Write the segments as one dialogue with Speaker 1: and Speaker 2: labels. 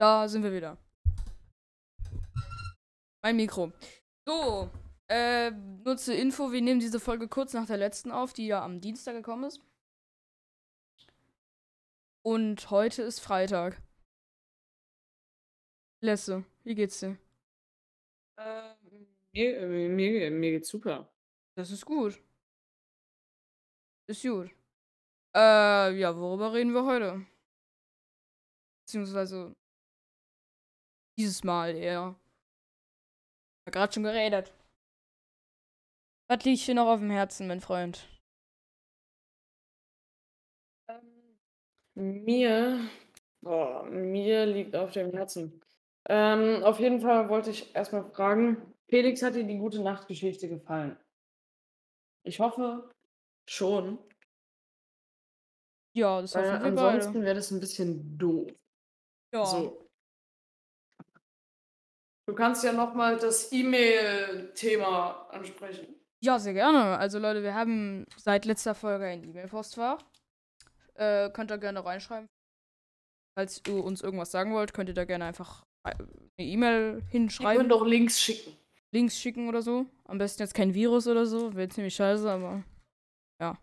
Speaker 1: Da sind wir wieder. Mein Mikro. So, äh, nur zur Info, wir nehmen diese Folge kurz nach der letzten auf, die ja am Dienstag gekommen ist. Und heute ist Freitag. Lesse, wie geht's dir?
Speaker 2: Äh, mir, äh, mir, mir geht's super.
Speaker 1: Das ist gut. Ist gut. Äh, ja, worüber reden wir heute? Beziehungsweise dieses Mal eher. Hab gerade schon geredet. Was liegt hier noch auf dem Herzen, mein Freund?
Speaker 2: Ähm, Mir, oh, mir liegt auf dem Herzen. Ähm, auf jeden Fall wollte ich erstmal fragen, Felix hat dir die gute Nachtgeschichte gefallen? Ich hoffe schon,
Speaker 1: Ja, das
Speaker 2: weil
Speaker 1: hoffen wir beide.
Speaker 2: Äh, ansonsten wäre das ein bisschen doof.
Speaker 1: Ja.
Speaker 2: So. Du kannst ja nochmal das E-Mail-Thema ansprechen.
Speaker 1: ja, sehr gerne. Also Leute, wir haben seit letzter Folge ein E-Mail-Postfach. Äh, könnt ihr gerne reinschreiben. Falls ihr uns irgendwas sagen wollt, könnt ihr da gerne einfach äh, eine E-Mail
Speaker 2: Die können
Speaker 1: hinschreiben.
Speaker 2: doch Links schicken.
Speaker 1: Links schicken oder so. Am besten jetzt kein Virus oder so. Wäre ziemlich scheiße, aber ja.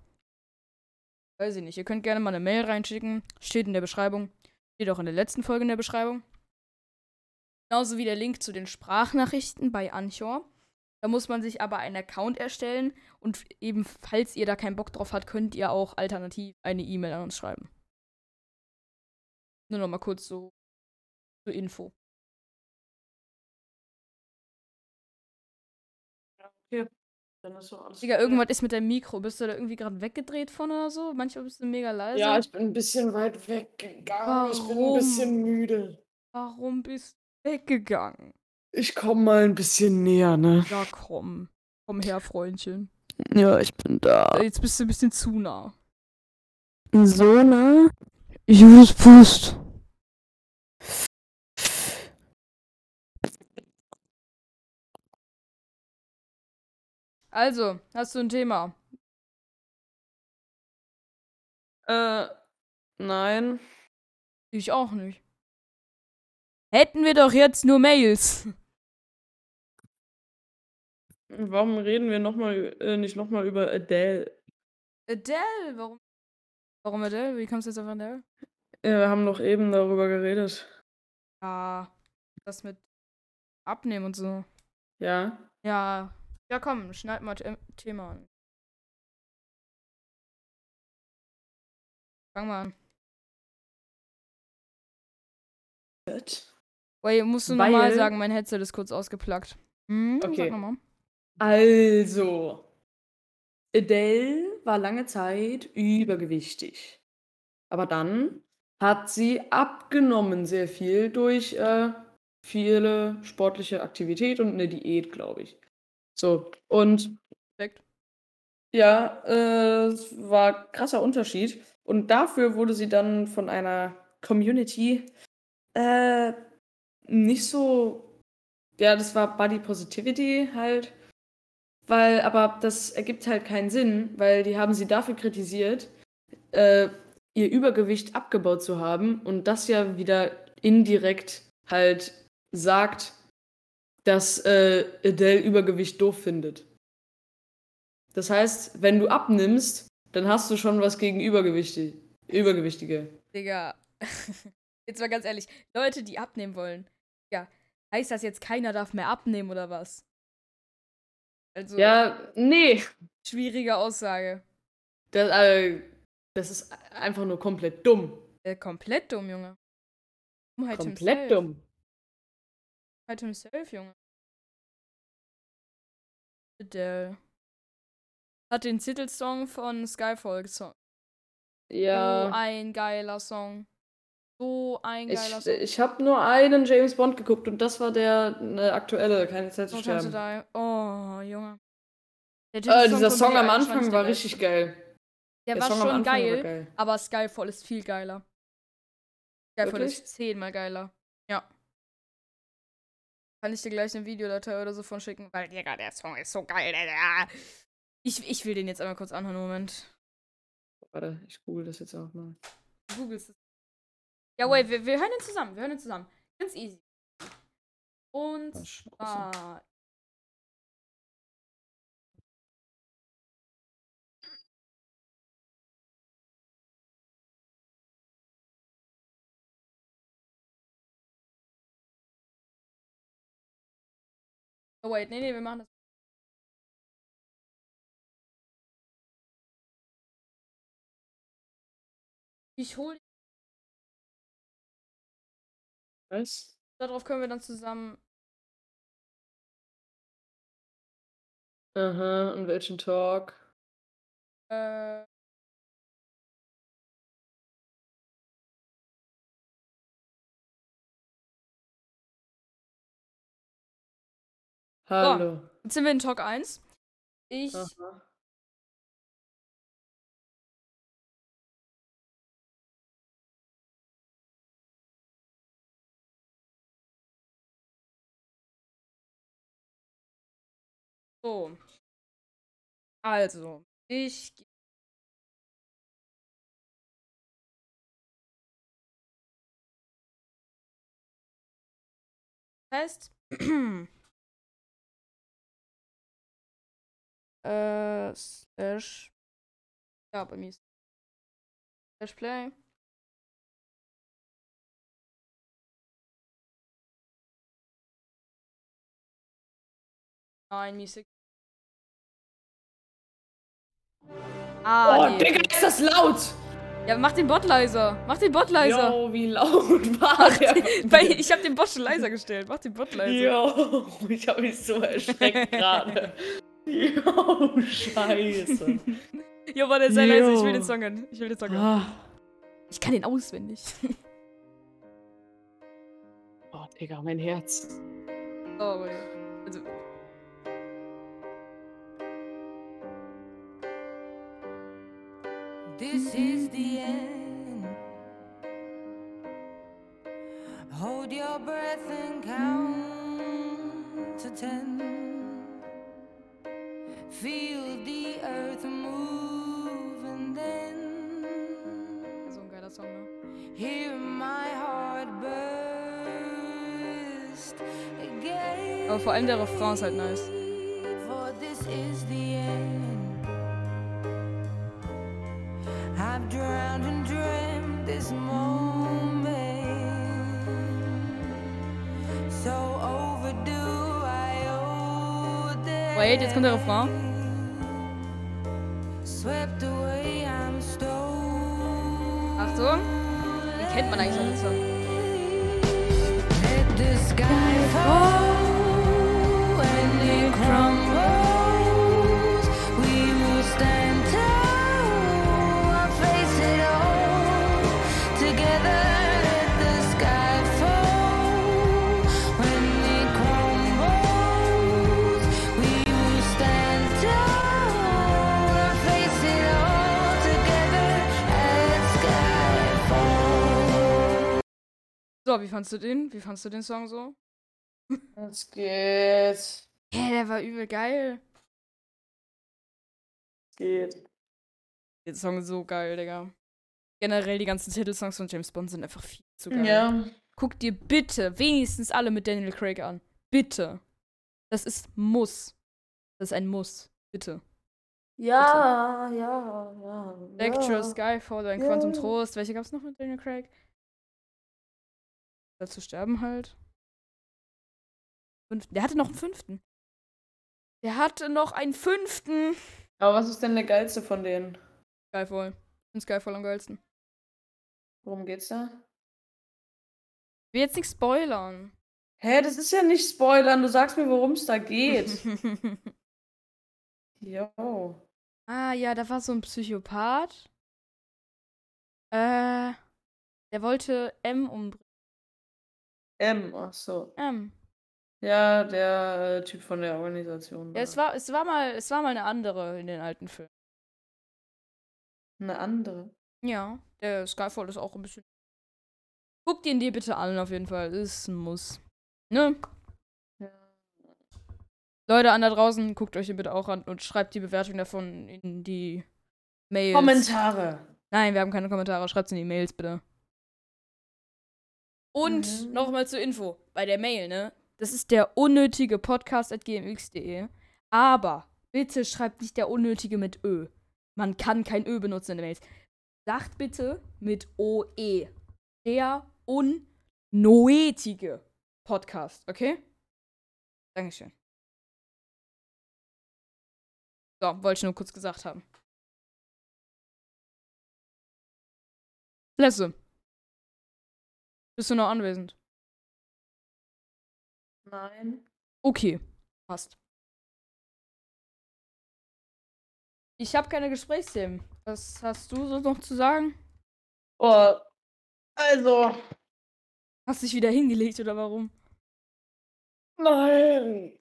Speaker 1: Weiß ich nicht. Ihr könnt gerne mal eine Mail reinschicken. Steht in der Beschreibung. Steht auch in der letzten Folge in der Beschreibung. Genauso wie der Link zu den Sprachnachrichten bei Anchor. Da muss man sich aber einen Account erstellen und eben, falls ihr da keinen Bock drauf habt, könnt ihr auch alternativ eine E-Mail an uns schreiben. Nur noch mal kurz so zur Info.
Speaker 2: Okay, dann ist doch alles.
Speaker 1: Digga,
Speaker 2: geklärt.
Speaker 1: irgendwas ist mit deinem Mikro. Bist du da irgendwie gerade weggedreht von oder so? Manchmal bist du mega leise.
Speaker 2: Ja, ich bin ein bisschen weit weggegangen. Ich bin ein
Speaker 1: Warum?
Speaker 2: bisschen müde.
Speaker 1: Warum bist du weggegangen?
Speaker 2: Ich komme mal ein bisschen näher, ne?
Speaker 1: Ja, komm. Komm her, Freundchen.
Speaker 2: Ja, ich bin da.
Speaker 1: Jetzt bist du ein bisschen zu nah.
Speaker 2: So, ne?
Speaker 1: Ich muss Pust. Also, hast du ein Thema?
Speaker 2: Äh, nein.
Speaker 1: Ich auch nicht. Hätten wir doch jetzt nur Mails.
Speaker 2: Warum reden wir noch mal, äh, nicht nochmal über Adele?
Speaker 1: Adele, warum? Warum Adele? Wie kommst du jetzt auf Adele?
Speaker 2: Äh, wir haben doch eben darüber geredet.
Speaker 1: Ja, Ah, das mit Abnehmen und so.
Speaker 2: Ja?
Speaker 1: Ja. Ja, komm, schneid mal The- Thema an. Fang mal an. Wait, musst du nochmal
Speaker 2: Weil-
Speaker 1: sagen, mein Headset ist kurz ausgeplagt. Hm,
Speaker 2: Okay.
Speaker 1: Sag noch mal.
Speaker 2: Also, Adele war lange Zeit übergewichtig. Aber dann hat sie abgenommen sehr viel durch äh, viele sportliche Aktivität und eine Diät, glaube ich. So, und
Speaker 1: Perfekt.
Speaker 2: ja, äh, es war krasser Unterschied. Und dafür wurde sie dann von einer Community äh, nicht so. Ja, das war Body Positivity halt. Weil, aber das ergibt halt keinen Sinn, weil die haben sie dafür kritisiert, äh, ihr Übergewicht abgebaut zu haben und das ja wieder indirekt halt sagt, dass äh, Adele Übergewicht doof findet. Das heißt, wenn du abnimmst, dann hast du schon was gegen Übergewichtig Übergewichtige.
Speaker 1: Digga. Jetzt mal ganz ehrlich, Leute, die abnehmen wollen. Ja, heißt das jetzt, keiner darf mehr abnehmen oder was? Also,
Speaker 2: Ja, nee.
Speaker 1: schwierige Aussage.
Speaker 2: Das, äh, das ist einfach nur komplett dumm.
Speaker 1: Äh, komplett dumm, Junge. Dummheit
Speaker 2: Komplett
Speaker 1: himself.
Speaker 2: dumm.
Speaker 1: Dummheit himself, Halt um Junge. Adele. Hat den Titelsong von Skyfall gesungen. So
Speaker 2: Ja.
Speaker 1: ein geiler Song. So ein geiler
Speaker 2: Ich,
Speaker 1: Song.
Speaker 2: ich habe nur einen James Bond geguckt und das war der ne, aktuelle, keine Zeit zu
Speaker 1: No Time to
Speaker 2: sterben.
Speaker 1: Die. Oh, Junge. Der
Speaker 2: Äh,
Speaker 1: Titelsong
Speaker 2: dieser
Speaker 1: von
Speaker 2: Song
Speaker 1: Billie
Speaker 2: am
Speaker 1: Eilish fand
Speaker 2: Anfang
Speaker 1: ich der
Speaker 2: war
Speaker 1: geilste.
Speaker 2: richtig geil.
Speaker 1: Der,
Speaker 2: Der
Speaker 1: war
Speaker 2: Song am
Speaker 1: schon
Speaker 2: Anfang war
Speaker 1: geil,
Speaker 2: geil.
Speaker 1: aber Skyfall ist viel geiler. Skyfall
Speaker 2: Wirklich?
Speaker 1: ist zehnmal geiler. Ja. Kann ich dir gleich eine Videodatei oder so von schicken, weil Digga, der Song ist so geil. Digga. Ich, ich will den jetzt einmal kurz anhören. Moment.
Speaker 2: Warte, ich google das jetzt auch mal.
Speaker 1: Du googelst es. Ja, wait, wir, wir hören den zusammen. Wir hören den zusammen. Ganz easy. Und
Speaker 2: Das ist awesome.
Speaker 1: zwar. Oh, wait, nee, nee, wir machen das. Ich hole
Speaker 2: Nice.
Speaker 1: Darauf können wir dann zusammen.
Speaker 2: Aha, und welchen Talk?
Speaker 1: Äh,
Speaker 2: Hallo.
Speaker 1: jetzt sind wir in Talk 1. Ich.
Speaker 2: Aha.
Speaker 1: So. Also, ich. ge- Das heißt. äh, slash. Ja, bei mir ist. Slash Play. Nein, Music. Ah,
Speaker 2: Oh,
Speaker 1: nee.
Speaker 2: Digga, ist das laut!
Speaker 1: Ja, mach den Bot leiser. Mach den Bot leiser.
Speaker 2: Yo, wie laut war der?
Speaker 1: Weil ich habe den Bot schon leiser gestellt. Mach den Bot leiser.
Speaker 2: Yo, ich habe mich so erschreckt gerade. Yo, scheiße.
Speaker 1: Jo, warte, sei leise. Ich will
Speaker 2: Yo.
Speaker 1: den Song hören. Ich will den Song hören.
Speaker 2: Ah.
Speaker 1: Ich kann den auswendig.
Speaker 2: Oh, Digga, mein Herz.
Speaker 1: Oh, wait. also.
Speaker 3: This is the end. Hold your breath and count to ten. Feel the earth move and then
Speaker 1: So ein geiler Song, ne?
Speaker 3: hear my heart burst again.
Speaker 1: Aber vor allem der Refrain ist halt nice.
Speaker 3: For this is the end. I've drowned and dreamt this moment. So overdue, I owe them.
Speaker 1: Wait, jetzt kommt der Refrain.
Speaker 3: Swept away, I'm stolen.
Speaker 1: Achtung. Den kennt man eigentlich schon den Song.
Speaker 3: Let the sky fall when it crumbles. We will stand tall and face it all together. Let the sky fall when it crumbles. We will stand tall and face it all together. Let sky fall.
Speaker 1: So, wie fandst du den? Wie fandst du den Song so?
Speaker 2: Es geht. Es
Speaker 1: Hä, hey, der war übel geil.
Speaker 2: geht.
Speaker 1: Der Song ist so geil, Digga. Generell die ganzen Titelsongs von James Bond sind einfach viel zu geil.
Speaker 2: Ja.
Speaker 1: Guck dir bitte wenigstens alle mit Daniel Craig an. Bitte. Das ist Muss. Das ist ein Muss. Bitte.
Speaker 2: Ja, ja, ja.
Speaker 1: Lecture, Skyfall, ein
Speaker 2: Ja.
Speaker 1: Quantum Trost. Welche gab's noch mit Daniel Craig? Oder zu sterben halt. Fünften. Der hatte noch einen fünften. Der hatte noch einen fünften.
Speaker 2: Aber was ist denn der geilste von denen?
Speaker 1: Skyfall. Ich find Skyfall am geilsten.
Speaker 2: Worum geht's da?
Speaker 1: Ich will jetzt nicht spoilern.
Speaker 2: Hä, das ist ja nicht spoilern. Du sagst mir, worum es da geht. Yo.
Speaker 1: Ah ja, da war so ein Psychopath. Äh, der wollte M umbringen.
Speaker 2: M, ach so.
Speaker 1: M.
Speaker 2: Ja, der äh, Typ von der Organisation.
Speaker 1: Ja,
Speaker 2: da.
Speaker 1: es war, es war mal, es war mal eine andere in den alten Filmen.
Speaker 2: Eine andere.
Speaker 1: Ja, der Skyfall ist auch ein bisschen. Guck den dir bitte an, auf jeden Fall. Ist ein Muss. Ne?
Speaker 2: Ja.
Speaker 1: Leute an da draußen, guckt euch den bitte auch an und schreibt die Bewertung davon in die Mails.
Speaker 2: Kommentare.
Speaker 1: Nein, wir haben keine Kommentare. Schreibt in die Mails bitte. Und
Speaker 2: Mhm.
Speaker 1: nochmal zur Info, bei der Mail, ne? Das ist der unnötige Podcast at gmx.de. Aber bitte schreibt nicht der unnötige mit Ö. Man kann kein Ö benutzen in den Mails. Sagt bitte mit OE. Der unnoetige Podcast, okay? Dankeschön. So, wollte ich nur kurz gesagt haben. Letzte. Bist du noch anwesend?
Speaker 2: Nein.
Speaker 1: Okay. Passt. Ich habe keine Gesprächsthemen. Was hast du sonst noch zu sagen?
Speaker 2: Oh, also,
Speaker 1: Hast dich wieder hingelegt oder warum?
Speaker 2: nein.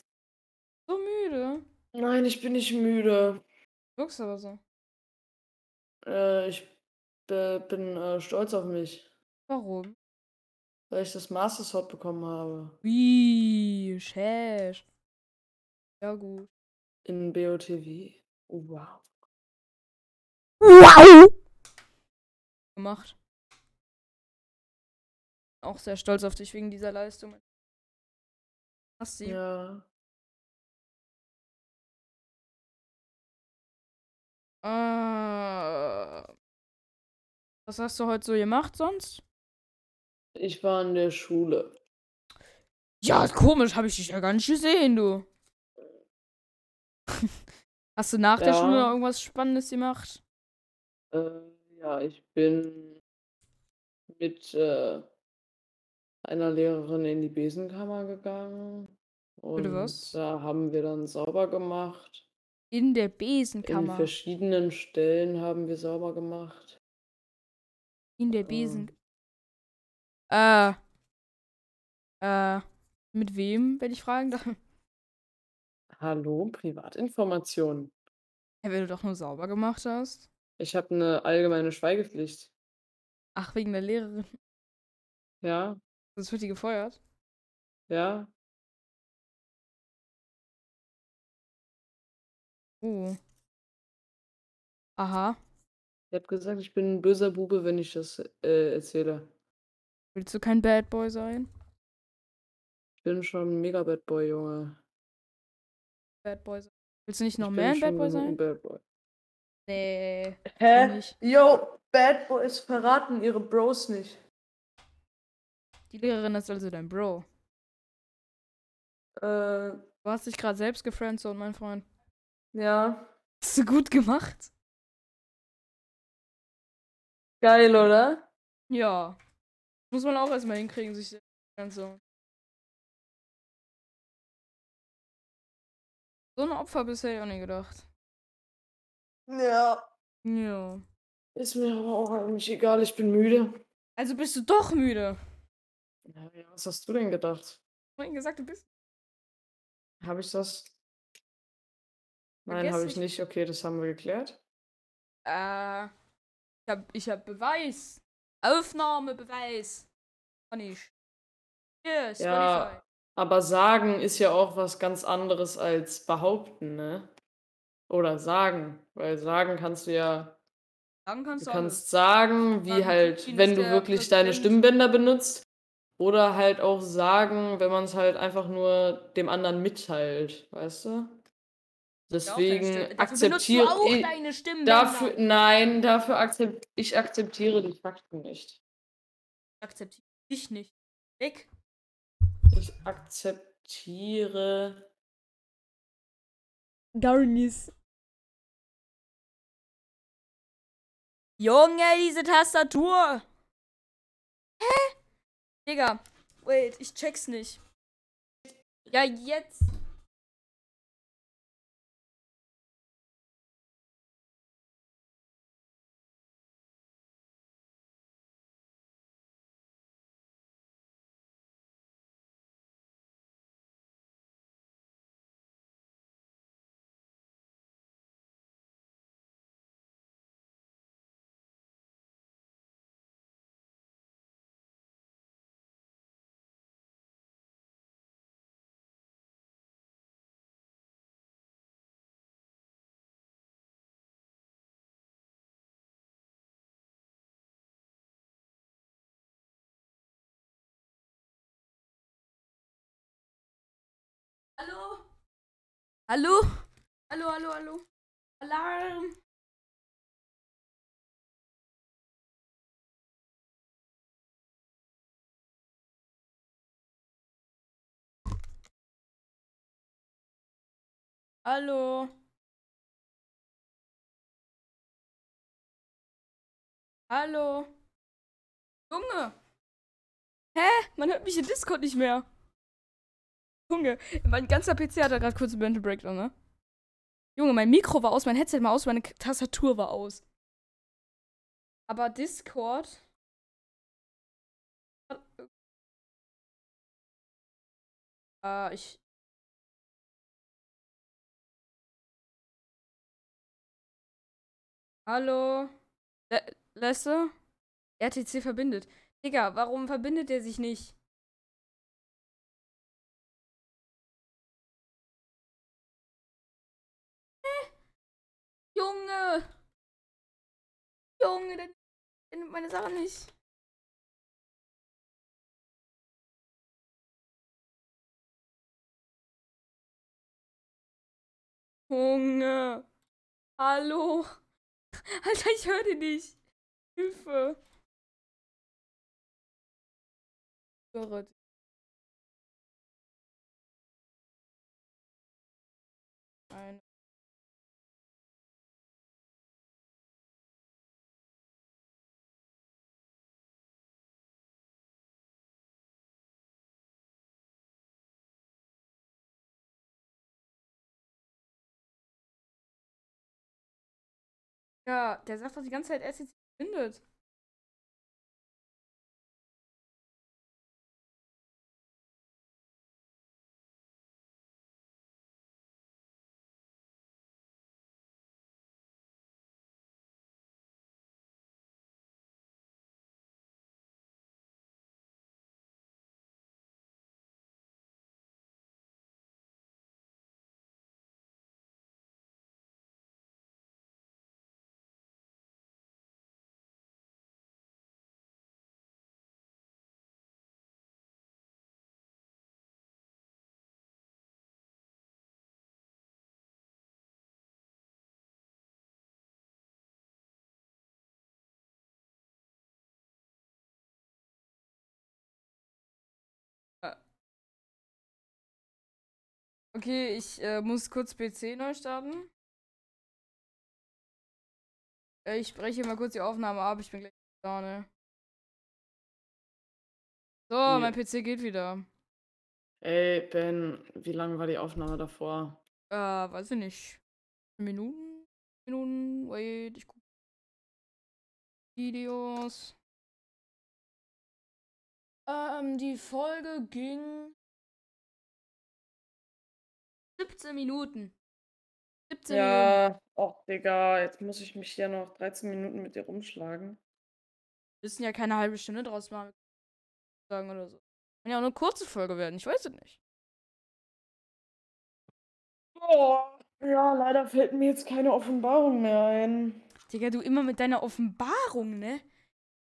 Speaker 1: So müde.
Speaker 2: Nein, ich bin nicht müde.
Speaker 1: Wirkst aber so.
Speaker 2: Äh, ich be- bin äh, stolz auf mich,
Speaker 1: Warum?
Speaker 2: weil ich das Master Sword bekommen habe
Speaker 1: Wie, schäsch. Ja, gut.
Speaker 2: in BOTW. Oh, wow.
Speaker 1: Wow! Gemacht. Auch sehr stolz auf dich wegen dieser Leistung. Hast sie.
Speaker 2: Ja.
Speaker 1: Äh, was hast du heute so gemacht sonst?
Speaker 2: Ich war in der Schule.
Speaker 1: Ja, ist komisch, habe ich dich ja gar nicht gesehen, du. Hast du nach der
Speaker 2: Ja.
Speaker 1: Schule noch irgendwas Spannendes gemacht?
Speaker 2: Äh, ja, ich bin mit äh, einer Lehrerin in die Besenkammer gegangen. Und
Speaker 1: Bitte was?
Speaker 2: da haben wir dann sauber gemacht.
Speaker 1: In der
Speaker 2: In
Speaker 1: Besenkammer.
Speaker 2: verschiedenen Stellen haben wir sauber gemacht. Ähm,
Speaker 1: In der Besen. Äh. Äh. Mit wem, wenn ich fragen darf?
Speaker 2: Hallo, Privatinformationen.
Speaker 1: Ja, wenn du doch nur sauber gemacht hast.
Speaker 2: Ich habe eine allgemeine Schweigepflicht.
Speaker 1: Ach, wegen der Lehrerin.
Speaker 2: Ja,
Speaker 1: Sonst wird die gefeuert.
Speaker 2: ja.
Speaker 1: Oh. Aha.
Speaker 2: Ich habe gesagt, ich bin ein böser Bube, wenn ich das äh, erzähle.
Speaker 1: Willst du kein Bad Boy sein?
Speaker 2: Ich bin schon ein mega Bad Boy, Junge.
Speaker 1: Bad Boy sein. Willst du nicht
Speaker 2: Ich
Speaker 1: noch
Speaker 2: bin
Speaker 1: mehr ein Bad
Speaker 2: schon
Speaker 1: Boy
Speaker 2: genug ein
Speaker 1: sein?
Speaker 2: Bad Boy.
Speaker 1: Nee.
Speaker 2: Hä?
Speaker 1: Nicht.
Speaker 2: Yo, Bad Boys verraten ihre Bros nicht.
Speaker 1: Die Lehrerin ist also dein Bro.
Speaker 2: Äh,
Speaker 1: Du hast dich gerade selbst gefriendzoned, mein Freund.
Speaker 2: ja.
Speaker 1: Hast du gut gemacht?
Speaker 2: Geil, oder?
Speaker 1: Ja. Muss man auch erstmal hinkriegen, sich selbst friendzone. So ein Opfer bisher hätte ich auch nie gedacht.
Speaker 2: Ja.
Speaker 1: Ja.
Speaker 2: Ist mir aber auch eigentlich egal, ich bin müde.
Speaker 1: Also bist du doch müde.
Speaker 2: Ja, ja, was hast du denn gedacht?
Speaker 1: Ich hab gesagt, du bist.
Speaker 2: Habe ich das? Nein,
Speaker 1: Vergiss
Speaker 2: habe ich
Speaker 1: nicht-
Speaker 2: nicht. Okay, das haben wir geklärt.
Speaker 1: Äh. Ich hab, ich hab Beweis. Aufnahmebeweis. Kann ich. Hier, Spotify.
Speaker 2: Ja. Aber sagen ist ja auch was ganz anderes als behaupten, ne? Oder sagen. Weil sagen kannst du ja.
Speaker 1: Dann
Speaker 2: Du
Speaker 1: kannst du, alles.
Speaker 2: kannst sagen, wie
Speaker 1: Sagen,
Speaker 2: halt,
Speaker 1: Putin
Speaker 2: wenn
Speaker 1: ist
Speaker 2: du
Speaker 1: der
Speaker 2: wirklich deine
Speaker 1: Präsident.
Speaker 2: Stimmbänder benutzt. Oder halt auch sagen, wenn man es halt einfach nur dem anderen mitteilt, weißt du?
Speaker 1: Ja, auch deine
Speaker 2: Deswegen
Speaker 1: Stimme. Dafür benutzt du
Speaker 2: akzeptiere
Speaker 1: auch
Speaker 2: ich.
Speaker 1: deine Stimmen.
Speaker 2: Dafür, nein, dafür akzept, ich akzeptiere die Fakten nicht.
Speaker 1: akzeptiere dich nicht. Weg.
Speaker 2: Ich akzeptiere.
Speaker 1: Garnis. Junge, diese Tastatur. Hä? Digga, wait, ich check's nicht. Ja, jetzt. Hallo? Hallo, hallo, hallo. Alarm. Hallo. Hallo. Junge. Hä? Man hört mich in Discord nicht mehr. Junge, mein ganzer PC hatte gerade kurz einen Mental Breakdown, ne? Junge, mein Mikro war aus, mein Headset war aus, meine K- Tastatur war aus. Aber Discord. äh, Ah, ich. Hallo? Le Lesse? RTC verbindet. Digga, warum verbindet der sich nicht? Junge! Junge, der, der nimmt meine Sachen nicht. Junge! Hallo! Alter, ich höre dich nicht! Hilfe! Ich höre dich. Ein Ja, der sagt doch die ganze Zeit, SCC verbindet. Okay, ich äh, muss kurz PC neu starten. Äh, ich breche mal kurz die Aufnahme ab, ich bin gleich da, ne? So,
Speaker 2: Ja.
Speaker 1: mein PC geht wieder.
Speaker 2: Ey, Ben, wie lange war die Aufnahme davor?
Speaker 1: Äh, weiß ich nicht. Minuten? Minuten? Wait, ich guck. Videos. Ähm, die Folge ging. 17 Minuten. 17 Minuten.
Speaker 2: Ja, och, Digga, jetzt muss ich mich hier noch 13 Minuten mit dir rumschlagen.
Speaker 1: Wir müssen ja keine halbe Stunde draus machen. Sagen oder so. Kann ja auch eine kurze Folge werden, ich weiß es nicht.
Speaker 2: Oh, ja, leider fällt mir jetzt keine Offenbarung mehr ein.
Speaker 1: Digga, du immer mit deiner Offenbarung, ne?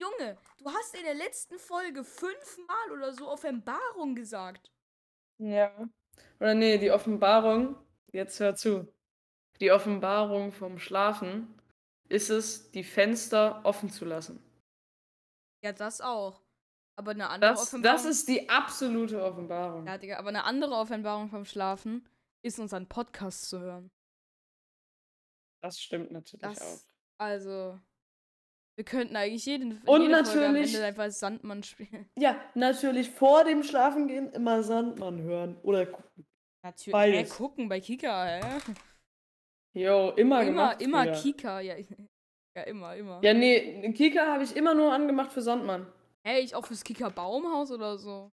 Speaker 1: Junge, du hast in der letzten Folge fünfmal oder so Offenbarung gesagt.
Speaker 2: Ja. Oder nee, die Offenbarung, jetzt hör zu. Die Offenbarung vom Schlafen ist es, die Fenster offen zu lassen.
Speaker 1: Ja, das auch. Aber eine andere
Speaker 2: Das,
Speaker 1: Offenbarung.
Speaker 2: das ist die absolute Offenbarung.
Speaker 1: ja, Digga, aber eine andere Offenbarung vom Schlafen ist unseren Podcast zu hören.
Speaker 2: Das stimmt natürlich auch.
Speaker 1: Das. Also. Wir könnten eigentlich jeden
Speaker 2: Und
Speaker 1: jede Folge am
Speaker 2: natürlich-
Speaker 1: Ende einfach Sandmann spielen.
Speaker 2: Ja, natürlich vor dem Schlafengehen immer Sandmann hören oder gucken.
Speaker 1: Natürlich.
Speaker 2: Beides.
Speaker 1: Äh, gucken bei Kika, hä?
Speaker 2: Jo, immer
Speaker 1: Immer,
Speaker 2: gemacht.
Speaker 1: immer
Speaker 2: früher.
Speaker 1: Kika, ja. Ja, immer, immer.
Speaker 2: genau, Ja, nee, Kika habe ich immer nur angemacht für Sandmann.
Speaker 1: Hey, ich auch fürs Kika Baumhaus oder so.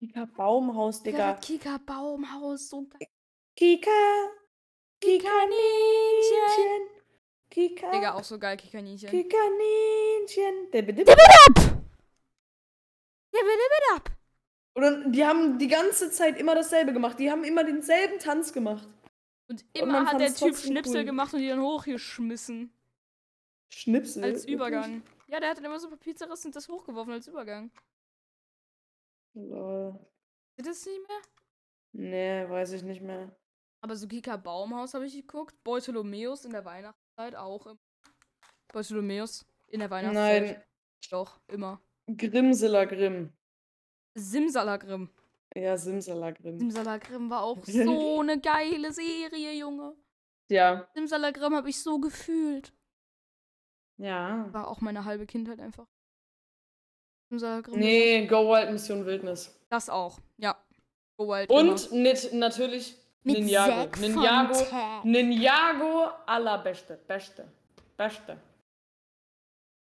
Speaker 2: Kika Baumhaus,
Speaker 1: Digga, Kika Baumhaus, so geil.
Speaker 2: Kika, Kikaninchen. Kika,
Speaker 1: Digga, auch so geil, Kikaninchen. Kika.
Speaker 2: Kikaninchen. Der Bedip-
Speaker 1: Bitte ab.
Speaker 2: Oder die haben die ganze Zeit immer dasselbe gemacht. Die haben immer denselben Tanz gemacht.
Speaker 1: Und
Speaker 2: man
Speaker 1: immer hat
Speaker 2: fand
Speaker 1: der
Speaker 2: es
Speaker 1: Typ
Speaker 2: trotzdem
Speaker 1: Schnipsel
Speaker 2: cool.
Speaker 1: gemacht und die dann hochgeschmissen.
Speaker 2: Schnipsel.
Speaker 1: Als
Speaker 2: wirklich?
Speaker 1: Übergang. Ja, der hat dann immer so Papier zerrissen und das hochgeworfen als Übergang.
Speaker 2: Lol.
Speaker 1: Seht ihr das nicht mehr?
Speaker 2: Nee, weiß ich nicht mehr.
Speaker 1: Aber Sukika Baumhaus habe ich geguckt. Bartholomäus in der Weihnachtszeit auch immer. Bartholomäus in der Weihnachtszeit.
Speaker 2: Nein,
Speaker 1: Doch, immer.
Speaker 2: Grimselagrim.
Speaker 1: Simsalagrim.
Speaker 2: Ja, Simsalagrim.
Speaker 1: Simsalagrim war auch so eine geile Serie, Junge.
Speaker 2: Ja.
Speaker 1: Simsalagrim habe ich so gefühlt.
Speaker 2: Ja.
Speaker 1: War auch meine halbe Kindheit einfach. Simsalagrim.
Speaker 2: Nee, Go Wild Mission Wildnis.
Speaker 1: Das auch, ja. Go Wild
Speaker 2: Und nit, natürlich
Speaker 4: Mit
Speaker 2: Ninjago.
Speaker 4: Zack
Speaker 2: Ninjago.
Speaker 4: Fontaine.
Speaker 2: Ninjago allerbeste. Beste. Beste.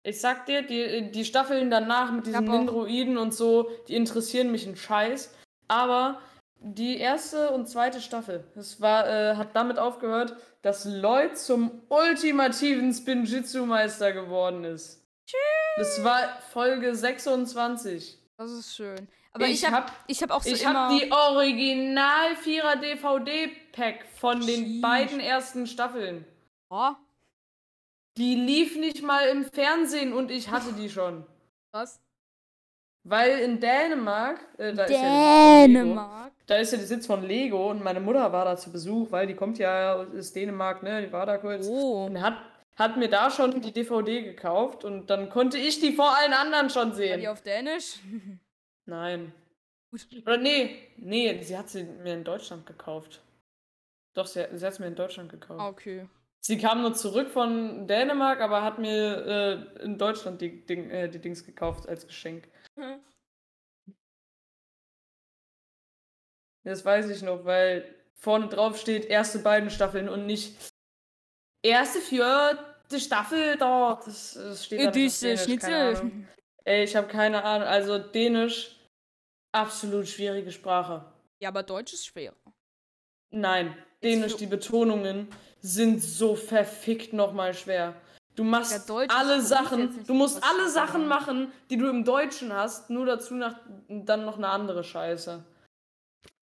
Speaker 2: Ich sag dir, die, die Staffeln danach mit
Speaker 1: hab
Speaker 2: diesen
Speaker 1: auch-
Speaker 2: Nindroiden und so, die interessieren mich einen Scheiß. Aber die erste und zweite Staffel, das war, äh, hat damit aufgehört, dass Lloyd zum ultimativen Spinjitzu-Meister geworden ist. Das war Folge 26.
Speaker 1: Das ist schön. Aber
Speaker 2: Ich
Speaker 1: ich, habe
Speaker 2: hab-
Speaker 1: ich hab auch so
Speaker 2: Ich
Speaker 1: immer
Speaker 2: habe die Original 4er DVD-Pack von den
Speaker 1: Sheesh.
Speaker 2: beiden ersten Staffeln.
Speaker 1: oh,
Speaker 2: Die lief nicht mal im Fernsehen und ich hatte die schon.
Speaker 1: was?
Speaker 2: Weil in Dänemark, äh, da, Ist ja der Sitz von Lego,
Speaker 1: Dänemark.
Speaker 2: da ist ja der Sitz von Lego und meine Mutter war da zu Besuch, weil die kommt ja aus Dänemark, ne? Die war da kurz.
Speaker 1: Oh.
Speaker 2: Und hat, hat mir da schon die DVD gekauft und dann konnte ich die vor allen anderen schon
Speaker 1: War
Speaker 2: sehen.
Speaker 1: die auf Dänisch?
Speaker 2: Nein.
Speaker 1: Gut.
Speaker 2: Oder nee, nee, sie hat sie mir in Deutschland gekauft. Doch, sie, sie hat sie mir in Deutschland gekauft.
Speaker 1: Ah, okay.
Speaker 2: Sie kam nur zurück von Dänemark, aber hat mir äh, in Deutschland die, Ding, äh, die Dings gekauft als Geschenk.
Speaker 1: Hm.
Speaker 2: Das weiß ich noch, weil vorne drauf steht erste beiden Staffeln und nicht erste vierte Staffel da. Das, das steht da nicht auf
Speaker 1: Diese
Speaker 2: Dänisch, keine Ahnung.
Speaker 1: Schnitzel.
Speaker 2: Ey, ich habe keine Ahnung. Also Dänisch, absolut schwierige Sprache.
Speaker 1: Ja, aber Deutsch ist schwer.
Speaker 2: Nein, Dänisch,
Speaker 1: für-
Speaker 2: die Betonungen sind so verfickt nochmal schwer. Du
Speaker 1: Ja,
Speaker 2: machst
Speaker 1: Deutsch ist für
Speaker 2: alle
Speaker 1: mich jetzt
Speaker 2: Sachen,
Speaker 1: nicht
Speaker 2: du musst
Speaker 1: was
Speaker 2: alle Sachen
Speaker 1: Schweres.
Speaker 2: machen, die du im Deutschen hast, nur dazu nach, dann noch eine andere Scheiße.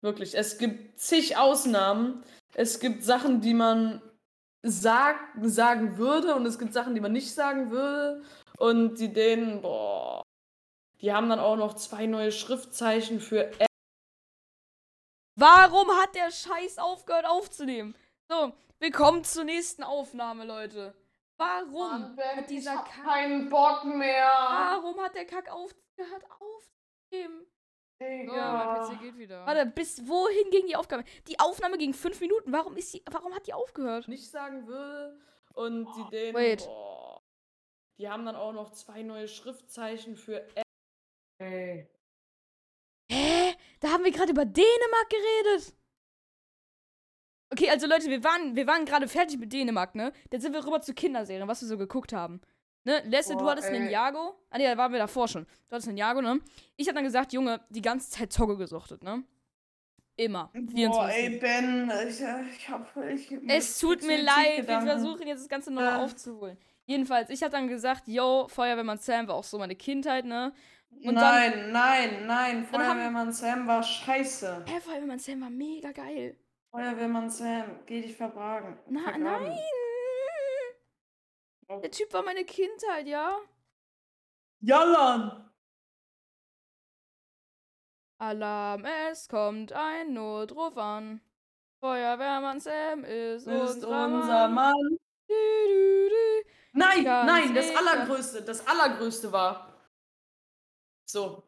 Speaker 2: Wirklich, es gibt zig Ausnahmen. Es gibt Sachen, die man sag, sagen würde und es gibt Sachen, die man nicht sagen würde. Und die Dänen, boah, die haben dann auch noch zwei neue Schriftzeichen für
Speaker 1: Warum hat der Scheiß aufgehört aufzunehmen? So, willkommen zur nächsten Aufnahme, Leute. Warum hat dieser Ah, Kack.
Speaker 2: keinen Bock mehr.
Speaker 1: Warum hat der Kack aufgehört aufzunehmen? So, mein PC geht wieder. Warte, bis wohin ging die Aufnahme? Die Aufnahme ging fünf Minuten. Warum ist die. Warum hat die aufgehört?
Speaker 2: Nicht sagen würde und die Dänen.
Speaker 1: Wait.
Speaker 2: Boah. Die haben dann auch noch zwei neue Schriftzeichen für Ä-
Speaker 1: Hä? Da haben wir gerade über Dänemark geredet. Okay, also Leute, wir waren, wir waren gerade fertig mit Dänemark, ne? Dann sind wir rüber zu Kinderserien, was wir so geguckt haben. Ne, Lesse, du
Speaker 2: Boah,
Speaker 1: hattest
Speaker 2: ey.
Speaker 1: Ninjago. Ah ne, da waren wir davor schon. Du hattest Ninjago, ne? Ich hab dann gesagt, Junge, die ganze Zeit Zocke gesuchtet, ne? Immer. 24.
Speaker 2: Ben, ich, äh, ich hab. Ich,
Speaker 1: es tut mir leid, wir versuchen jetzt das Ganze nochmal
Speaker 2: Äh.
Speaker 1: aufzuholen. Jedenfalls, ich hab dann gesagt, yo, Feuerwehrmann Sam war auch so meine Kindheit, ne? Und
Speaker 2: nein, nein, nein.
Speaker 1: Dann haben-
Speaker 2: Feuerwehrmann Sam war scheiße.
Speaker 1: Hä, Feuerwehrmann Sam war mega geil.
Speaker 2: Feuerwehrmann Sam, geh dich verbragen.
Speaker 1: Na,
Speaker 2: Vergraben.
Speaker 1: nein! Der Typ war meine Kindheit, ja?
Speaker 2: Jallan!
Speaker 1: Alarm, es kommt ein Notruf an. Feuerwehrmann Sam ist,
Speaker 2: Ist
Speaker 1: unser,
Speaker 2: unser
Speaker 1: Mann.
Speaker 2: Mann.
Speaker 1: Du, du, du.
Speaker 2: Nein,
Speaker 1: Ganz
Speaker 2: nein, das
Speaker 1: sicher.
Speaker 2: Allergrößte, das Allergrößte war. So.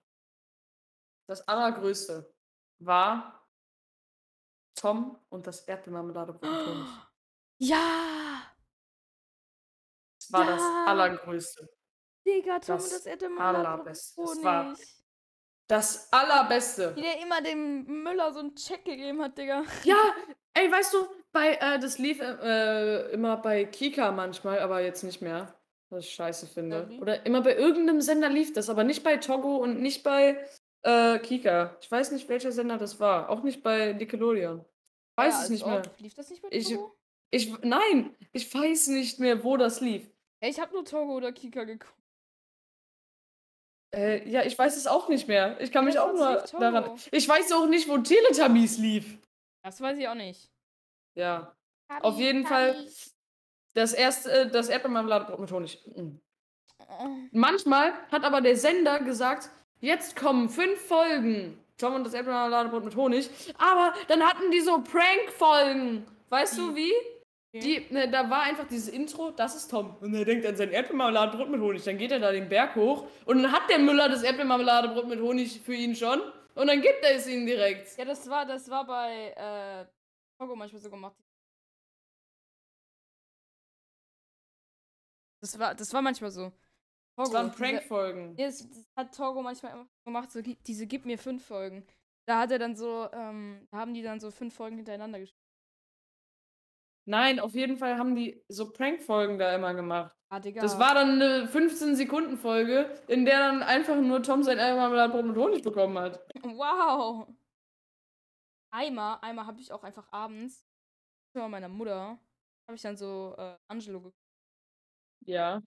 Speaker 2: Das Allergrößte war Tom und das Erdbeermarmelade Brotkönig.
Speaker 1: Ja!
Speaker 2: Das war
Speaker 1: Ja.
Speaker 2: das Allergrößte.
Speaker 1: Digga, Tom, das,
Speaker 2: Das
Speaker 1: das hätte man
Speaker 2: Allerbeste. Das war das
Speaker 1: Wie
Speaker 2: Allerbeste.
Speaker 1: der immer dem Müller so einen Check gegeben hat, Digga.
Speaker 2: Ja, ey, weißt du, bei, äh, das lief äh, immer bei Kika manchmal, aber jetzt nicht mehr. Was ich scheiße finde.
Speaker 1: Sorry.
Speaker 2: Oder immer bei irgendeinem Sender lief das, aber nicht bei Togo und nicht bei äh, Kika. Ich weiß nicht, welcher Sender das war. Auch nicht bei Nickelodeon. Weiß
Speaker 1: Ja,
Speaker 2: es
Speaker 1: als
Speaker 2: nicht mehr.
Speaker 1: ob. Lief das nicht bei
Speaker 2: Ich-
Speaker 1: Togo?
Speaker 2: Ich, nein, ich weiß nicht mehr, wo das lief.
Speaker 1: Ey, ich hab nur Togo oder Kika geguckt.
Speaker 2: Äh, ja, ich weiß es auch nicht mehr. Ich kann mich
Speaker 1: Ja,
Speaker 2: auch
Speaker 1: das
Speaker 2: nur
Speaker 1: lief Togo.
Speaker 2: daran. Ich weiß auch nicht, wo Teletubbies lief.
Speaker 1: Das weiß ich auch nicht.
Speaker 2: Ja. Auf jeden Fall das erste, äh, das Erdbeermarmeladebrot mit Honig. Mm.
Speaker 1: Oh.
Speaker 2: Manchmal hat aber der Sender gesagt, jetzt kommen fünf Folgen. Tom und das Erdbeerladebrot mit Honig. Aber dann hatten die so Prank-Folgen. Weißt du wie? Die, ne, da war einfach dieses Intro, das ist Tom. Und er denkt an sein Erdbeermarmeladebrot mit Honig. Dann geht er da den Berg hoch und dann hat der Müller das Erdbeermarmeladebrot mit Honig für ihn schon. Und dann gibt er es ihm direkt.
Speaker 1: Ja, das war, das war bei äh, Togo manchmal so gemacht. Das war, das war manchmal so.
Speaker 2: Das
Speaker 1: Togo,
Speaker 2: waren
Speaker 1: diese-
Speaker 2: Prank-Folgen.
Speaker 1: Ja, das, das hat Togo manchmal immer gemacht, so gi- diese Gib mir fünf Folgen. Da hat er dann so, ähm, da haben die dann so fünf Folgen hintereinander gespielt.
Speaker 2: Nein, auf jeden Fall haben die so Prank-Folgen da immer gemacht.
Speaker 1: Ah, Digga.
Speaker 2: Das war dann eine 15-Sekunden-Folge, in der dann einfach nur Tom sein Erdbeermarmeladebrot mit Honig bekommen hat.
Speaker 1: Wow. Einmal, einmal habe ich auch einfach abends, bei meiner Mutter, habe ich dann so äh, Angelo geguckt.
Speaker 2: Ja.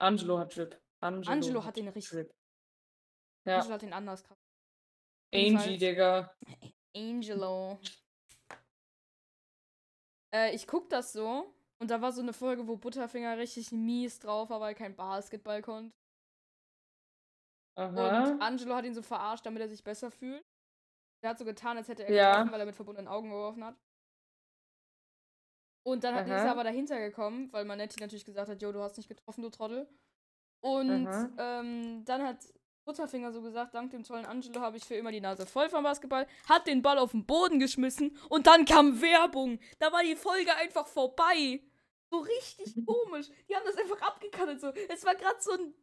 Speaker 2: Angelo hat Drip. Angelo,
Speaker 1: Angelo hat den richtig.
Speaker 2: Drip. Ja.
Speaker 1: Angelo hat den anders krass.
Speaker 2: Angie, Digga.
Speaker 1: Angelo. Äh, ich guck das so und da war so eine Folge, wo Butterfinger richtig mies drauf war, weil er kein Basketball konnte.
Speaker 2: Aha.
Speaker 1: Und Angelo hat ihn so verarscht, damit er sich besser fühlt. Der hat so getan, als hätte er
Speaker 2: Ja.
Speaker 1: getroffen, weil er mit verbundenen Augen geworfen hat. Und dann hat
Speaker 2: Aha.
Speaker 1: Lisa aber dahinter gekommen, weil Manetti natürlich gesagt hat, jo, du hast nicht getroffen, du Trottel. Und
Speaker 2: Aha.
Speaker 1: ähm, dann hat Butterfinger so gesagt, dank dem tollen Angelo habe ich für immer die Nase voll vom Basketball, hat den Ball auf den Boden geschmissen und dann kam Werbung. Da war die Folge einfach vorbei. So richtig komisch. Die haben das einfach abgekartet. So. Es war gerade so ein,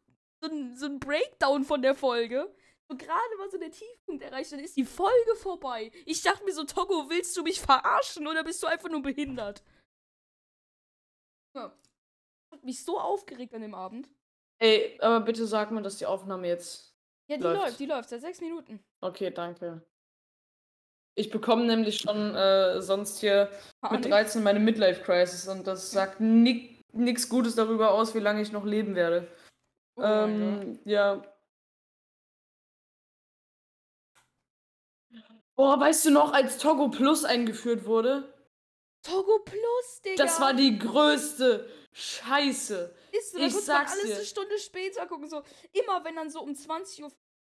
Speaker 1: so, ein, so ein Breakdown von der Folge. So gerade mal so der Tiefpunkt erreicht, dann ist die Folge vorbei. Ich dachte mir so, Togo, willst du mich verarschen oder bist du einfach nur behindert? Ja. Hat mich so aufgeregt an dem Abend.
Speaker 2: Ey, aber bitte sag mir, dass die Aufnahme jetzt.
Speaker 1: Ja, die
Speaker 2: Läuft.
Speaker 1: läuft, die läuft seit sechs Minuten.
Speaker 2: Okay, danke. Ich bekomme nämlich schon äh, sonst hier mit
Speaker 1: Panik.
Speaker 2: 13 meine Midlife-Crisis und das sagt nichts Gutes darüber aus, wie lange ich noch leben werde.
Speaker 1: Oh mein Gott.
Speaker 2: ähm, ja. Boah, weißt du noch, als Togo Plus eingeführt wurde?
Speaker 1: Togo Plus, Digga.
Speaker 2: Das war die größte Scheiße.
Speaker 1: Ist so, da
Speaker 2: ich
Speaker 1: konnte man
Speaker 2: sag's
Speaker 1: alles
Speaker 2: dir.
Speaker 1: eine Stunde später gucken. So, immer wenn dann so um 20 Uhr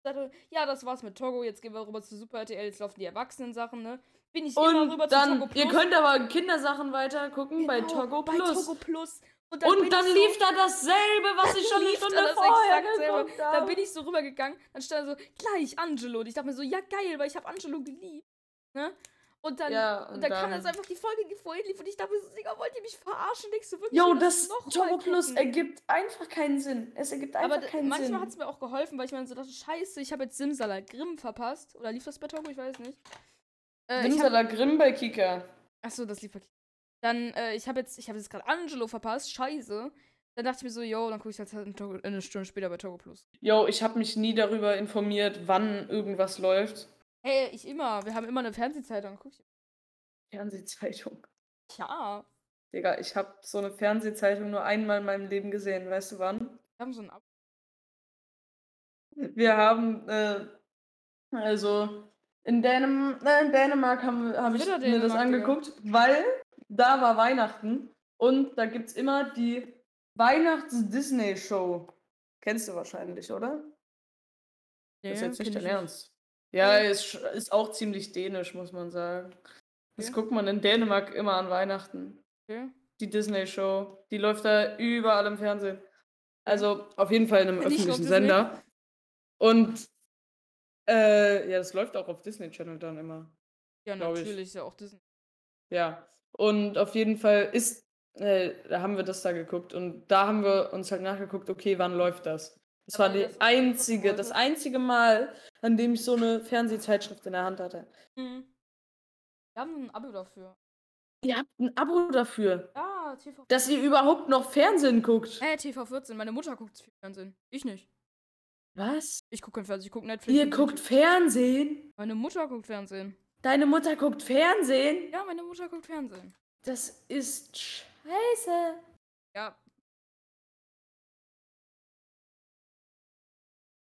Speaker 1: sagte, ja, das war's mit Togo, jetzt gehen wir rüber zu Super RTL, jetzt laufen die Erwachsenen-Sachen, ne? Bin ich immer
Speaker 2: Und
Speaker 1: rüber zu
Speaker 2: dann,
Speaker 1: Togo Plus.
Speaker 2: ihr könnt aber Kindersachen weiter gucken bei
Speaker 1: Genau,
Speaker 2: Togo
Speaker 1: bei
Speaker 2: Plus.
Speaker 1: Togo Plus. Und bin
Speaker 2: und dann
Speaker 1: ich
Speaker 2: lief da dasselbe, was ich schon eine
Speaker 1: lief dann
Speaker 2: Stunde
Speaker 1: das
Speaker 2: vorher
Speaker 1: exakt selber.
Speaker 2: geguckt
Speaker 1: Da
Speaker 2: habe.
Speaker 1: bin ich so rübergegangen, dann stand da so, gleich Angelo. Und ich dachte mir so, ja geil, weil ich habe Angelo geliebt. Ne? Und dann,
Speaker 2: Ja,
Speaker 1: und
Speaker 2: und
Speaker 1: dann, kam
Speaker 2: dann-
Speaker 1: das einfach die Folge, die vorhin lief. Und ich dachte mir so, Digga, wollt ihr mich verarschen? Denkst du wirklich,
Speaker 2: Jo,
Speaker 1: ihr
Speaker 2: das
Speaker 1: noch mal
Speaker 2: Togo Plus
Speaker 1: gucken?
Speaker 2: ergibt einfach keinen Sinn. Es ergibt einfach
Speaker 1: Aber d-
Speaker 2: keinen Sinn.
Speaker 1: manchmal hat es mir auch geholfen, weil ich mir dann so dachte, scheiße, ich habe jetzt Simsalat Grimm verpasst. Oder lief das bei Togo? Ich weiß nicht. Äh, ich hab-
Speaker 2: Simsala Grimm bei Kika.
Speaker 1: Achso, das lief verkehrt. Dann, äh, ich habe jetzt, ich habe jetzt gerade Angelo verpasst, scheiße. Dann dachte ich mir so, yo, dann gucke ich das halt in Togo, eine Stunde später bei Togo Plus.
Speaker 2: Jo, ich habe mich nie darüber informiert, wann irgendwas läuft.
Speaker 1: Hey, ich immer, wir haben immer eine Fernsehzeitung, guck ich.
Speaker 2: Fernsehzeitung.
Speaker 1: Ja,
Speaker 2: Digga, ich habe so eine Fernsehzeitung nur einmal in meinem Leben gesehen. Weißt du wann?
Speaker 1: wir haben so ein Ab
Speaker 2: Wir haben, äh, also in, Dänem äh, in Dänemark habe hab ich
Speaker 1: Wieder
Speaker 2: mir
Speaker 1: Dänemark,
Speaker 2: das
Speaker 1: Digga.
Speaker 2: angeguckt, weil da war Weihnachten und da gibt es immer die Weihnachts-Disney-Show. Kennst du wahrscheinlich, oder?
Speaker 1: nee,
Speaker 2: ist jetzt nicht
Speaker 1: kenn
Speaker 2: dein
Speaker 1: ich
Speaker 2: Ernst. Ja,
Speaker 1: Nee.
Speaker 2: ist, sch- ist auch ziemlich dänisch, muss man sagen. Das
Speaker 1: Ja.
Speaker 2: guckt man in Dänemark immer an Weihnachten.
Speaker 1: Okay.
Speaker 2: Die Disney-Show. Die läuft da überall im Fernsehen. Also auf jeden Fall in einem
Speaker 1: Nicht nur auf
Speaker 2: öffentlichen
Speaker 1: Disney.
Speaker 2: Sender. Und äh, ja, das läuft auch auf Disney Channel dann immer.
Speaker 1: Ja,
Speaker 2: glaub ich.
Speaker 1: natürlich, ist ja auch Disney.
Speaker 2: Ja. Und auf jeden Fall ist, äh, da haben wir das da geguckt und da haben wir uns halt nachgeguckt, okay, wann läuft das? Das
Speaker 1: Aber
Speaker 2: war die
Speaker 1: das- das
Speaker 2: einzige, das
Speaker 1: Folge-
Speaker 2: einzige Mal, an dem ich so eine Fernsehzeitschrift in der Hand hatte.
Speaker 1: Mhm. Wir haben ein Abo dafür.
Speaker 2: Ihr habt ein Abo dafür,
Speaker 1: Ja, TV.
Speaker 2: dass ihr überhaupt noch Fernsehen guckt.
Speaker 1: Hey, TV14, meine Mutter guckt viel Fernsehen. Ich nicht.
Speaker 2: Was?
Speaker 1: Ich gucke kein Fernsehen, ich gucke Netflix.
Speaker 2: Ihr guckt Fernsehen?
Speaker 1: Meine Mutter guckt Fernsehen.
Speaker 2: Deine Mutter guckt Fernsehen?
Speaker 1: Ja, meine Mutter guckt Fernsehen.
Speaker 2: Das ist scheiße.
Speaker 1: Ja,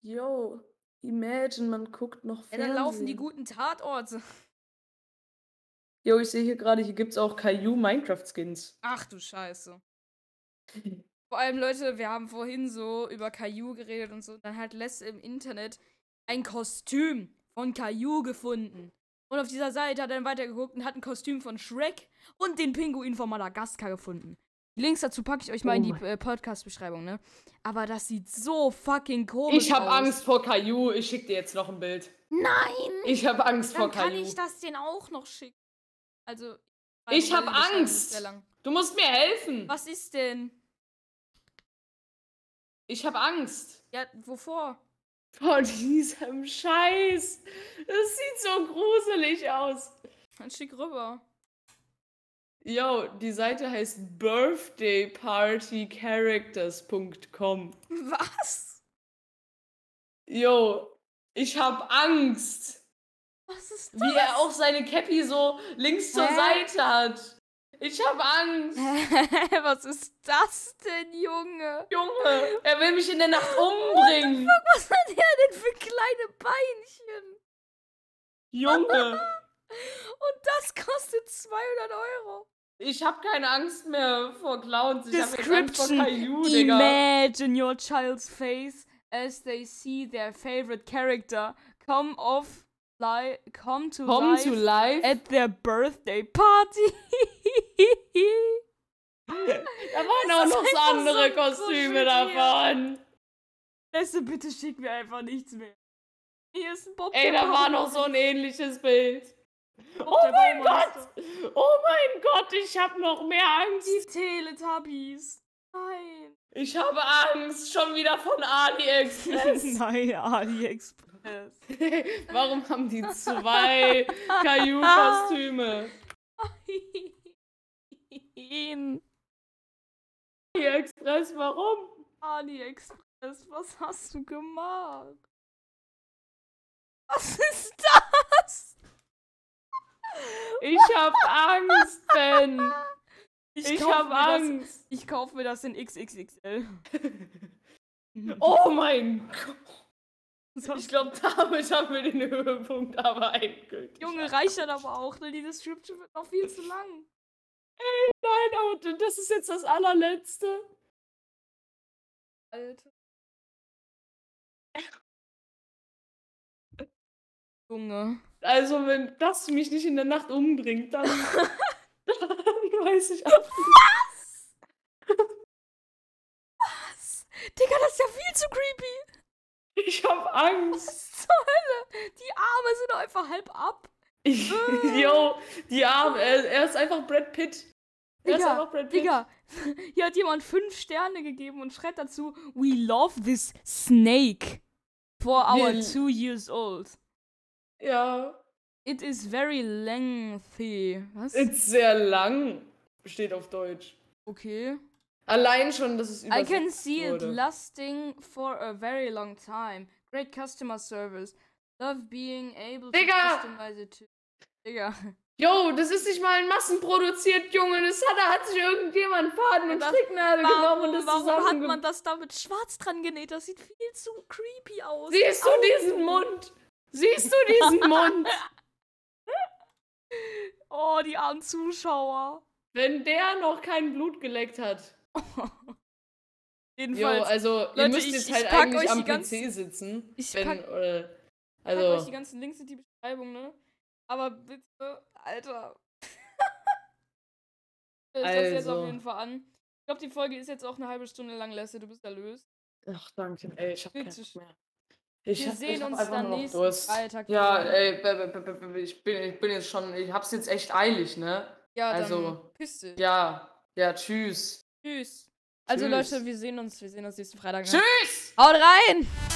Speaker 2: Yo, imagine, man guckt noch
Speaker 1: ja
Speaker 2: Fernsehen.
Speaker 1: dann laufen die guten Tatorte.
Speaker 2: Yo, ich sehe hier gerade, hier gibt's auch Caillou Minecraft Skins.
Speaker 1: Ach du Scheiße. Vor allem, Leute, wir haben vorhin so über Caillou geredet und so. Dann hat Les im Internet ein Kostüm von Caillou gefunden. Und auf dieser Seite hat er dann weitergeguckt und hat ein Kostüm von Shrek und den Pinguin von Madagaskar gefunden. Die Links dazu packe ich euch mal in
Speaker 2: Oh
Speaker 1: die äh, Podcast-Beschreibung, ne? Aber das sieht so fucking komisch aus.
Speaker 2: Ich habe Angst vor Caillou. Ich schicke dir jetzt noch ein Bild.
Speaker 1: Nein!
Speaker 2: Ich habe Angst
Speaker 1: Dann
Speaker 2: vor
Speaker 1: kann
Speaker 2: Caillou.
Speaker 1: ich das den auch noch schicken. Also.
Speaker 2: Ich hab
Speaker 1: die Beschreibung ist
Speaker 2: Angst.
Speaker 1: sehr lang.
Speaker 2: Du musst mir helfen.
Speaker 1: Was ist denn?
Speaker 2: Ich habe Angst.
Speaker 1: Ja, wovor?
Speaker 2: Vor diesem Scheiß. Das sieht so gruselig aus.
Speaker 1: Dann schick rüber.
Speaker 2: Yo, die Seite heißt birthdaypartycharacters.com.
Speaker 1: Was?
Speaker 2: Yo, ich hab Angst.
Speaker 1: Was ist das?
Speaker 2: Wie er auch seine Cappy so links zur
Speaker 1: Hä?
Speaker 2: Seite hat. Ich hab Angst.
Speaker 1: Was ist das denn, Junge?
Speaker 2: Junge, er will mich in der Nacht umbringen.
Speaker 1: Was hat er denn für kleine Beinchen?
Speaker 2: Junge,
Speaker 1: Und das kostet 200 Euro.
Speaker 2: ich hab keine Angst mehr vor Clowns. Ich hab jetzt Angst vor
Speaker 1: Description.
Speaker 2: Caillou, Digga.
Speaker 1: Imagine your child's face as they see their favorite character come off li come to
Speaker 2: Komm
Speaker 1: life
Speaker 2: zu live.
Speaker 1: at their birthday party.
Speaker 2: Da waren
Speaker 1: Das
Speaker 2: auch
Speaker 1: ist
Speaker 2: noch so
Speaker 1: einfach so
Speaker 2: andere
Speaker 1: ein
Speaker 2: Kostüme
Speaker 1: Kuscheltier.
Speaker 2: davon.
Speaker 1: Beste, bitte schick mir einfach nichts mehr. Hier ist ein Bob.
Speaker 2: Ey,
Speaker 1: der
Speaker 2: da war
Speaker 1: Baum-
Speaker 2: noch so ein ähnliches Bild.
Speaker 1: Bob
Speaker 2: Oh
Speaker 1: der
Speaker 2: mein
Speaker 1: Baumeister.
Speaker 2: Gott! Oh mein Gott, ich hab noch mehr
Speaker 1: Die
Speaker 2: Angst.
Speaker 1: Teletubbies. Nein.
Speaker 2: Ich habe Angst. Schon wieder von AliExpress.
Speaker 1: Nein, AliExpress.
Speaker 2: Warum haben die zwei Caillou-Kostüme?
Speaker 1: Nein.
Speaker 2: AliExpress, warum?
Speaker 1: AliExpress, was hast du gemacht? Was ist das?
Speaker 2: Ich hab Angst, Ben. Ich,
Speaker 1: kauf
Speaker 2: hab
Speaker 1: mir das-
Speaker 2: Angst.
Speaker 1: Ich kaufe mir das in XXXL.
Speaker 2: Oh mein Gott.
Speaker 1: So.
Speaker 2: Ich glaube, damit haben wir den Höhepunkt aber endgültig.
Speaker 1: Junge, reicht dann aber auch, denn die Description wird noch viel zu lang.
Speaker 2: Nein, aber d- das ist jetzt das allerletzte.
Speaker 1: Alter. Junge.
Speaker 2: Also, wenn das mich nicht in der Nacht umbringt, dann, dann weiß ich auch.
Speaker 1: Digga, das ist ja viel zu creepy.
Speaker 2: Ich hab Angst.
Speaker 1: Was zur Hölle? Die Arme sind doch einfach halb ab.
Speaker 2: Ich, yo, die Arme. Er, er ist einfach Brad Pitt. Er ist
Speaker 1: Digga,
Speaker 2: einfach Brad Pitt.
Speaker 1: Digga, hier hat jemand fünf Sterne gegeben und schreibt dazu, we love this snake for our
Speaker 2: Wir-
Speaker 1: two years old.
Speaker 2: Ja.
Speaker 1: It is very lengthy. Was?
Speaker 2: Ist sehr lang. Steht auf Deutsch.
Speaker 1: okay.
Speaker 2: Allein schon, dass es
Speaker 1: I
Speaker 2: übersetzt
Speaker 1: can see it
Speaker 2: wurde.
Speaker 1: lasting for a very long time. Great customer service. Love being able to
Speaker 2: Digga!
Speaker 1: customize it. To Digga.
Speaker 2: Yo, das ist nicht mal in Massen produziert, Junge. Das hat, da hat sich irgendjemand Faden und
Speaker 1: Das-
Speaker 2: Stricknadel genommen und das
Speaker 1: warum hat man
Speaker 2: zusammengebracht.
Speaker 1: das damit schwarz dran genäht? Das sieht viel zu creepy aus.
Speaker 2: Siehst du diesen Mund? Siehst du diesen Mund?
Speaker 1: Oh, die armen Zuschauer.
Speaker 2: Wenn der noch kein Blut geleckt hat. Jo,
Speaker 1: Jedenfalls.
Speaker 2: also ihr
Speaker 1: Leute,
Speaker 2: müsst
Speaker 1: ich-
Speaker 2: jetzt
Speaker 1: ich
Speaker 2: halt
Speaker 1: pack
Speaker 2: eigentlich
Speaker 1: euch
Speaker 2: am
Speaker 1: die ganzen-
Speaker 2: PC sitzen.
Speaker 1: Ich
Speaker 2: wenn,
Speaker 1: pack-
Speaker 2: oder,
Speaker 1: also, euch
Speaker 2: also,
Speaker 1: die ganzen Links in die Beschreibung, ne? Aber bitte, Alter. ich lasse jetzt
Speaker 2: Also.
Speaker 1: auf jeden Fall an. Ich glaube, die Folge ist jetzt auch eine halbe Stunde lang, Lesse. Du bist erlöst.
Speaker 2: ach danke, ey, ich hab keinen
Speaker 1: Bitte
Speaker 2: Bock
Speaker 1: schön.
Speaker 2: mehr. Ich
Speaker 1: Wir
Speaker 2: hab,
Speaker 1: sehen
Speaker 2: ich hab
Speaker 1: uns
Speaker 2: einfach
Speaker 1: dann
Speaker 2: nur noch
Speaker 1: nächsten
Speaker 2: Durst.
Speaker 1: Freitag
Speaker 2: Ja,
Speaker 1: wieder.
Speaker 2: ey, b- b- b- b- ich bin, ich bin jetzt schon, ich hab's jetzt echt eilig, ne?
Speaker 1: Ja, dann
Speaker 2: also,
Speaker 1: piss dich.
Speaker 2: Ja, ja, tschüss.
Speaker 1: Tschüss. Also
Speaker 2: Tschüss.
Speaker 1: Leute, wir sehen uns. Wir sehen uns nächsten Freitag. ne?
Speaker 2: Tschüss!
Speaker 1: Haut rein!